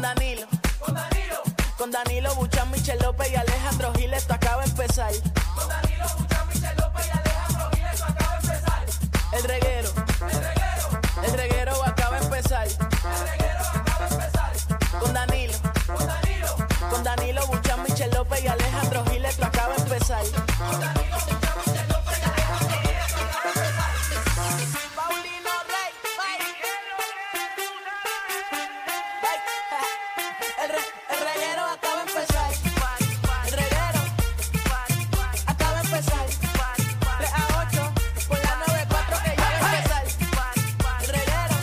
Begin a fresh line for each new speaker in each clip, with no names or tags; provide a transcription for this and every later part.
Danilo. Con Danilo. Con Danilo Buchan, Michel López y Alejandro Giles, esto acaba de empezar.
Con Danilo Buchan, Michel López y Alejandro Giles, esto acaba de empezar.
El reguero.
El reguero.
El reguero acaba de empezar.
El reguero acaba de empezar.
Con Danilo.
Con Danilo.
Con Danilo Buchan, Michel López y Alejandro Giles, esto acaba de empezar. Paulino Rey, bye. El re- el reguero acaba de empezar. El reguero acaba de empezar. 3 a 8, por la 94 que ya va a empezar. El reguero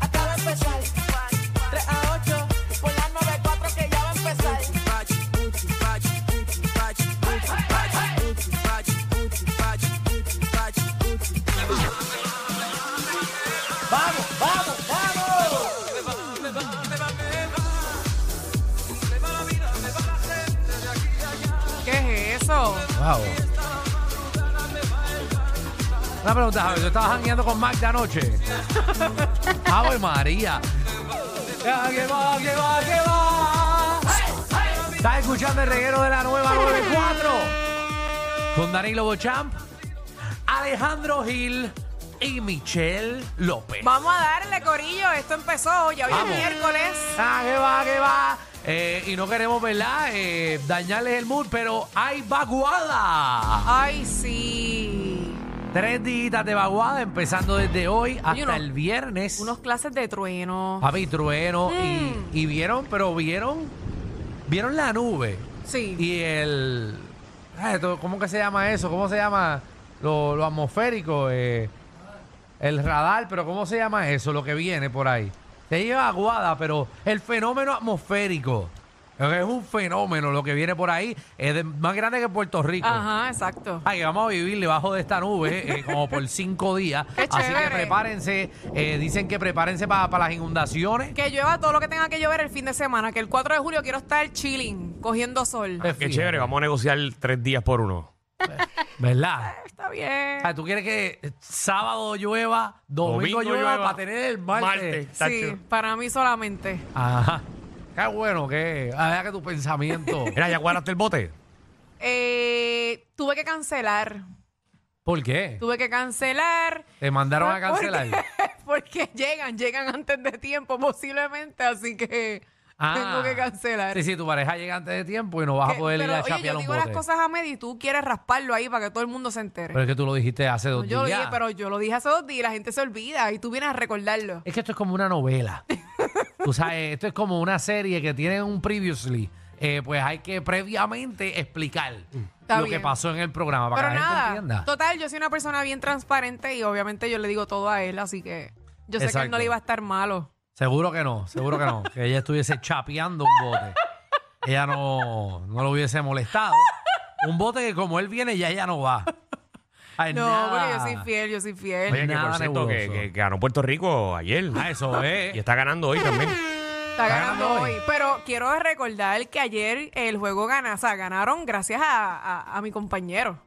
acaba de empezar. 3 a 8, por la 94 que ya va a empezar. Vamos, vamos, vamos.
¿Qué es eso?
Wow. Una pregunta, Javi. ¿Tú estabas jangueando con Magda anoche? ¡Ave María! Ya, ¡Que va, que va, que va! ¿Estás escuchando el reguero de la nueva 94? Con Danilo Bochamp, Alejandro Gil y Michelle López.
Vamos a darle, Corillo. Esto empezó. Ya hoy es
Vamos.
miércoles.
Ah, que va, que va. Eh, y no queremos, ¿verdad? Eh, dañarles el mood, pero hay vaguada.
Ay, sí.
Tres días de vaguada, empezando desde hoy hasta
unos-
el viernes.
Unos Mm. clases de trueno.
Papi, trueno. Y, y vieron, pero vieron, vieron la nube.
Sí.
Y el... ay, esto- ¿Cómo que se llama eso? ¿Cómo se llama lo, lo atmosférico? eh, el radar, pero ¿cómo se llama eso? Lo que viene por ahí. Se lleva aguada, pero el fenómeno atmosférico. eh, Es un fenómeno lo que viene por ahí. Es de- más grande que Puerto Rico.
Ajá, exacto.
Ay, que vamos a vivir debajo de esta nube eh, como por cinco días.
Qué
Así que
chévere.
prepárense. eh, dicen que prepárense para las inundaciones.
Que llueva todo lo que tenga que llover el fin de semana. Que el 4 de julio quiero estar chilling, cogiendo sol.
Te
Qué
fijas,
chévere, vamos a negociar tres días por uno.
¿Verdad?
Está bien.
Ah, ¿Tú quieres que sábado llueva, domingo,
Domingo
llueva,
llueva,
para tener el martes?
martes.
Sí,
tacho.
para mí solamente.
Ajá. Qué bueno que es. La verdad que tu pensamiento.
Mira, ¿ya guardaste el bote?
Eh, tuve que cancelar.
¿Por qué?
Tuve que cancelar.
Te mandaron a
¿Por qué?
cancelar.
Porque llegan, llegan antes de tiempo posiblemente, así que
Ah.
tengo que cancelar.
Sí, sí, tu pareja llega antes de tiempo y no vas
Que-
a poder
pero,
ir a
oye,
chapear un
yo digo
bote.
las cosas a medio y tú quieres rasparlo ahí para que todo el mundo se entere.
Pero es que tú lo dijiste hace dos
No, yo lo
días.
dije, pero yo lo dije hace dos días y la gente se olvida y tú vienes a recordarlo.
Es que esto es como una novela. Tú sabes, esto es como una serie que tiene un previously. Eh, pues hay que previamente explicar lo que
bien.
pasó en el programa para
Pero
que la gente
nada,
entienda.
total, yo soy una persona bien transparente y obviamente yo le digo todo a él, así que yo sé que él
Exacto.
no le iba a estar malo.
Seguro que no, seguro que no. Que ella estuviese chapeando un bote. Ella no, no lo hubiese molestado. Un bote que como él viene ya ella no va. Ay,
No,
nada.
porque yo soy fiel, yo soy fiel.
Oye, que
Nada
por cierto, que,
nebuloso.
que ganó Puerto Rico ayer.
Ah, eso es.
Y está ganando hoy también.
Está ganando
ganando
hoy.
hoy.
Pero quiero recordar que ayer el juego gana, o sea, ganaron gracias a, a- a mi compañero.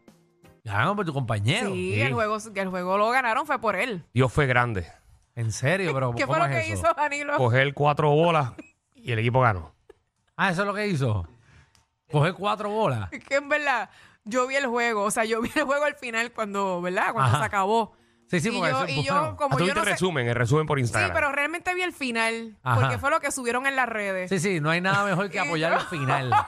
Ya, no, pero tu compañero.
Sí, El, juego, el juego lo ganaron fue por él.
Dios fue grande.
En serio, pero
¿Qué
¿cómo
fue lo
es
que
eso?
hizo Danilo?
Coger cuatro bolas y el equipo ganó.
Ah, eso es lo que hizo. Coger cuatro bolas.
Es que en verdad, yo vi el juego, o sea, yo vi el juego al final cuando, ¿verdad? Cuando
Ajá.
se acabó.
Sí, sí,
y
porque
yo,
eso es
y yo,
bueno.
como
Ah, tú
yo
viste
no
el
sé-
resumen, el resumen por
Sí,
Instagram.
pero realmente vi el final,
Ajá.
porque fue lo que subieron en las redes.
Sí, sí, no hay nada mejor que apoyar el final.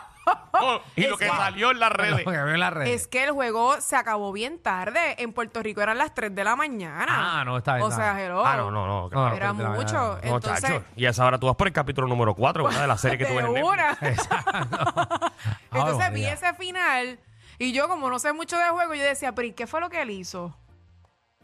Oh, y lo que salió en las
Lo que
redes.
veo en las redes.
Es que el juego se acabó bien tarde. En Puerto Rico eran las 3 de la mañana.
Ah, no, está bien,
O
está
sea,
bien.
hello.
Ah, no, no, no.
No, no,
Era
no, no, no,
mucho.
no,
No,
Entonces,
chacho. Y a esa hora tú vas por el capítulo número 4, ¿verdad? De la serie que tú
de
ves en Netflix.
una. Entonces
Ave
vi
María.
ese final y yo, como no sé mucho de juego, yo decía, pero ¿y qué fue lo que él hizo?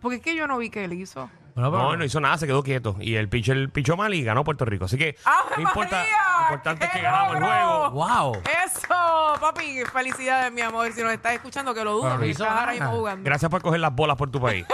Porque es que yo no vi que él hizo.
Bueno, pero-
No, no hizo nada, se quedó quieto. Y el pitcher pichó mal y ganó Puerto Rico. Así que
¡Ave
no importa,
María!
lo importante es que
¡Qué
ganamos el
logro!
juego.
Wow.
Eso, papi, felicidades, mi amor. Si nos estás escuchando, que lo dudo,
Pero no
porque
hizo
estás ahora
nada.
mismo jugando.
Gracias por coger las bolas por tu país.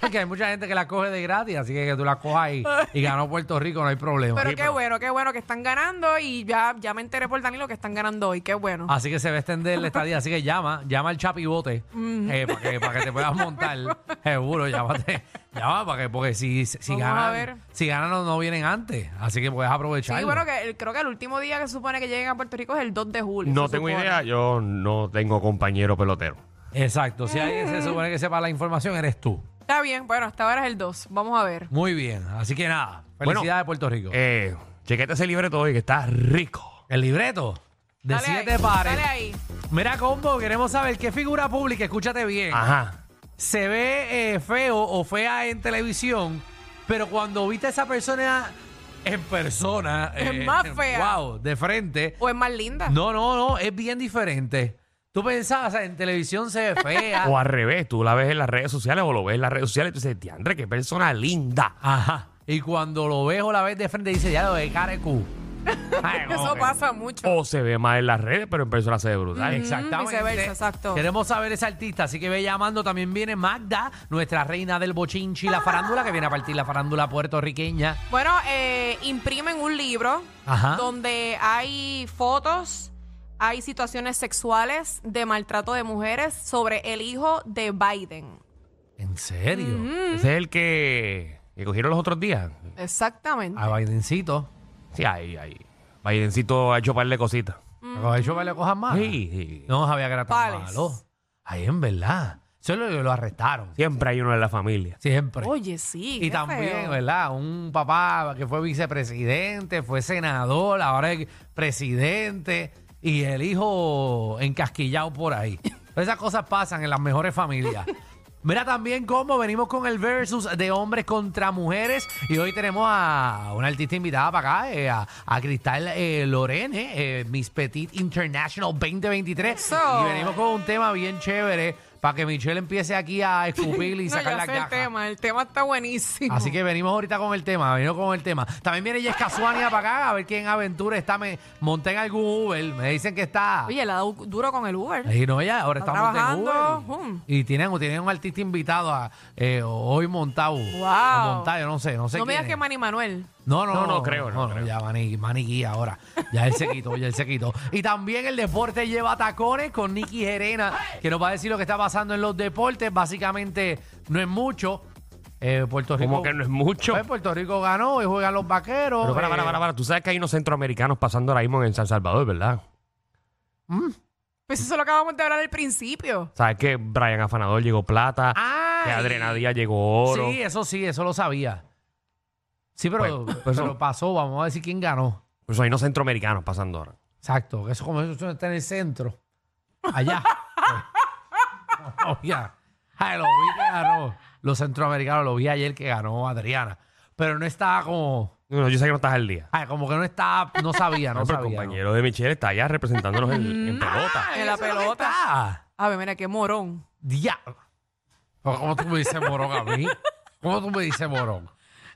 Porque hay mucha gente que la coge de gratis, así que que tú la cojas y, y ganó Puerto Rico, no hay problema.
Pero qué bueno, qué bueno que están ganando y ya, ya me enteré por Danilo que están ganando hoy, qué bueno.
Así que se va a extender la estadía. Así que llama, llama al chapibote
Mm.
eh, para que, para que te puedas montar. Seguro, llámate. Llama para que, porque si, si
Vamos a ver.
ganan, si ganan no, no vienen antes. Así que puedes aprovechar.
Sí, bueno, que el- creo que el último día que se supone que lleguen a Puerto Rico es el 2 de julio.
No
se
tengo
supone.
idea, yo no tengo compañero pelotero.
Exacto. Si alguien
Mm.
se supone que sepa la información, eres tú.
Está bien, bueno, hasta ahora es el 2. Vamos a ver.
Muy bien. Así que nada.
Bueno,
Felicidades, Puerto Rico.
Eh, chequete ese libreto hoy que está rico.
el libreto de
Dale
siete
ahí,
pares.
Dale ahí.
Mira, combo, queremos saber qué figura pública, escúchate bien,
Ajá.
se ve eh, feo o fea en televisión, pero cuando viste a esa persona en persona,
Es más fea.
Wow, de frente.
O es más linda.
No, no, no, es bien diferente. Tú pensabas, o sea, en televisión se ve fea.
O al revés, tú la ves en las redes sociales o lo ves en las redes sociales y tú dices, diandre, qué persona linda.
Ajá. Y cuando lo ves o la ves de frente, dice, ya lo de carecu. Ay,
Eso
ok.
pasa mucho.
O se ve más en las redes, pero en persona se ve brutal.
Exactamente.
viceversa, exacto.
Queremos saber ese artista, así que ve llamando. También viene Magda, nuestra reina del bochinchi, la farándula, que viene a partir la farándula puertorriqueña.
Bueno, eh, imprimen un libro
Ajá.
donde hay fotos, hay situaciones sexuales de maltrato de mujeres sobre el hijo de Biden.
¿En serio?
Ese es el que, que cogieron los otros días.
Exactamente.
A Bidencito.
Sí, ahí, ahí. Bidencito ha hecho par de cositas.
¿Lo has hecho para que
Ah.
cojan más?
Sí, sí.
No sabía que era tan
Pales.
malo. Ay, en verdad. Solo lo arrestaron.
Siempre hay uno de la familia.
Siempre.
Oye, sí.
y
qué
también,
feo.
¿verdad? Un papá que fue vicepresidente, fue senador, ahora es presidente y el hijo encasquillado por ahí. Esas cosas pasan en las mejores familias. Mira también cómo venimos con el versus de hombres contra mujeres y hoy tenemos a una artista invitada para acá, eh, a, a Cristal eh, Lorene, eh, Miss Petit International 2023.
Eso.
Y venimos con un tema bien chévere para que Michelle empiece aquí a escupir y
No,
sacar
ya
las
sé el
gajas.
tema, el tema está buenísimo.
Así que venimos ahorita con el tema, venimos con el tema. También viene Jessica Suania para acá a ver quién aventura está. Me monté en algún Uber, me dicen que está.
Oye, la da du- duro con el Uber.
Y no, ya, ahora
está
está montada en
trabajando,
Uber.
hum.
Y tienen, tienen un artista invitado a, eh, hoy montado.
Wow.
O Montado, yo no sé, no sé.
no me
quién
digas
es.
que Manny Manuel.
No, no,
No, no creo, no creo.
Ya Manny, Manny Guía ahora. Ya él se quitó, ya él se quitó. Y también el deporte lleva tacones con Nicky Gerena, que nos va a decir lo que está pasando en los deportes. Básicamente, no es mucho. Eh, Puerto Rico.
Como que no es mucho.
Pues Puerto Rico ganó y juegan los vaqueros.
Pero para,
eh,
para,
pues.
para, para. Tú sabes que hay unos centroamericanos pasando ahora mismo en San Salvador, ¿verdad?
Pues eso lo acabamos de hablar al principio.
Sabes que Brian Afanador llegó plata,
¡Ay!
que Adrenadía llegó oro.
Sí, eso sí, eso lo sabía. Sí, pero,
Bueno,
pero
eso-
pasó, vamos a decir quién ganó.
Por eso Pues hay unos centroamericanos pasando ahora.
Exacto, que eso como eso está en el centro. Allá. oh, ya. Ay, lo vi que ganó. Los centroamericanos, lo vi ayer que ganó Adriana. Pero no estaba como.
No, yo sé que no estás al día.
Ay, como que no estaba. No sabía, no,
No, pero el
sabía.
compañero de Michelle está allá representándonos en, en pelota.
Ah,
En la
eso es lo que
pelota.
está.
A ver, mira, qué morón.
Ya. Pero ¿Cómo tú me dices morón a mí? ¿Cómo tú me dices morón?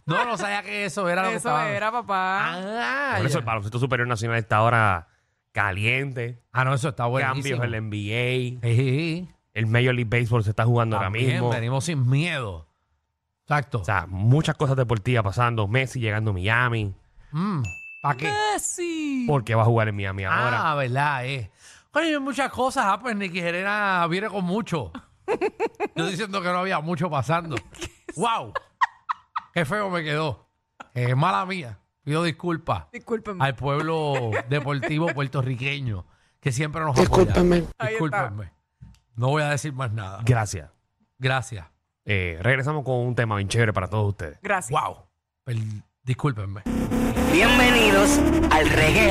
No, no sabía que eso era lo que
Eso
estaba.
era, papá.
Ah,
Por eso el
ya.
baloncesto superior nacional está ahora caliente.
Ah, no, eso está buenísimo.
Cambios en la NBA.
Sí, sí, sí.
El Major League Baseball se está jugando
También
ahora mismo.
venimos sin miedo. Exacto.
O sea, muchas cosas deportivas pasando. Messi llegando a Miami.
¿Para Mm, qué?
Ah, sí.
Porque va a jugar en Miami ahora.
Ah, verdad, eh. Coño, hay muchas cosas. Ah, pues Nicky Gerena viene con mucho. Yo diciendo que no había mucho pasando. ¡Wow! Qué feo me quedó. Eh, mala mía. Pido disculpas
Discúlpeme.
al pueblo deportivo puertorriqueño que siempre nos apoya. Discúlpenme.
Ahí está.
Discúlpenme. No voy a decir más nada.
Gracias.
Gracias.
Eh, regresamos con un tema bien chévere para todos ustedes.
Gracias.
¡Wow! Per- Discúlpenme.
Bienvenidos al reguero.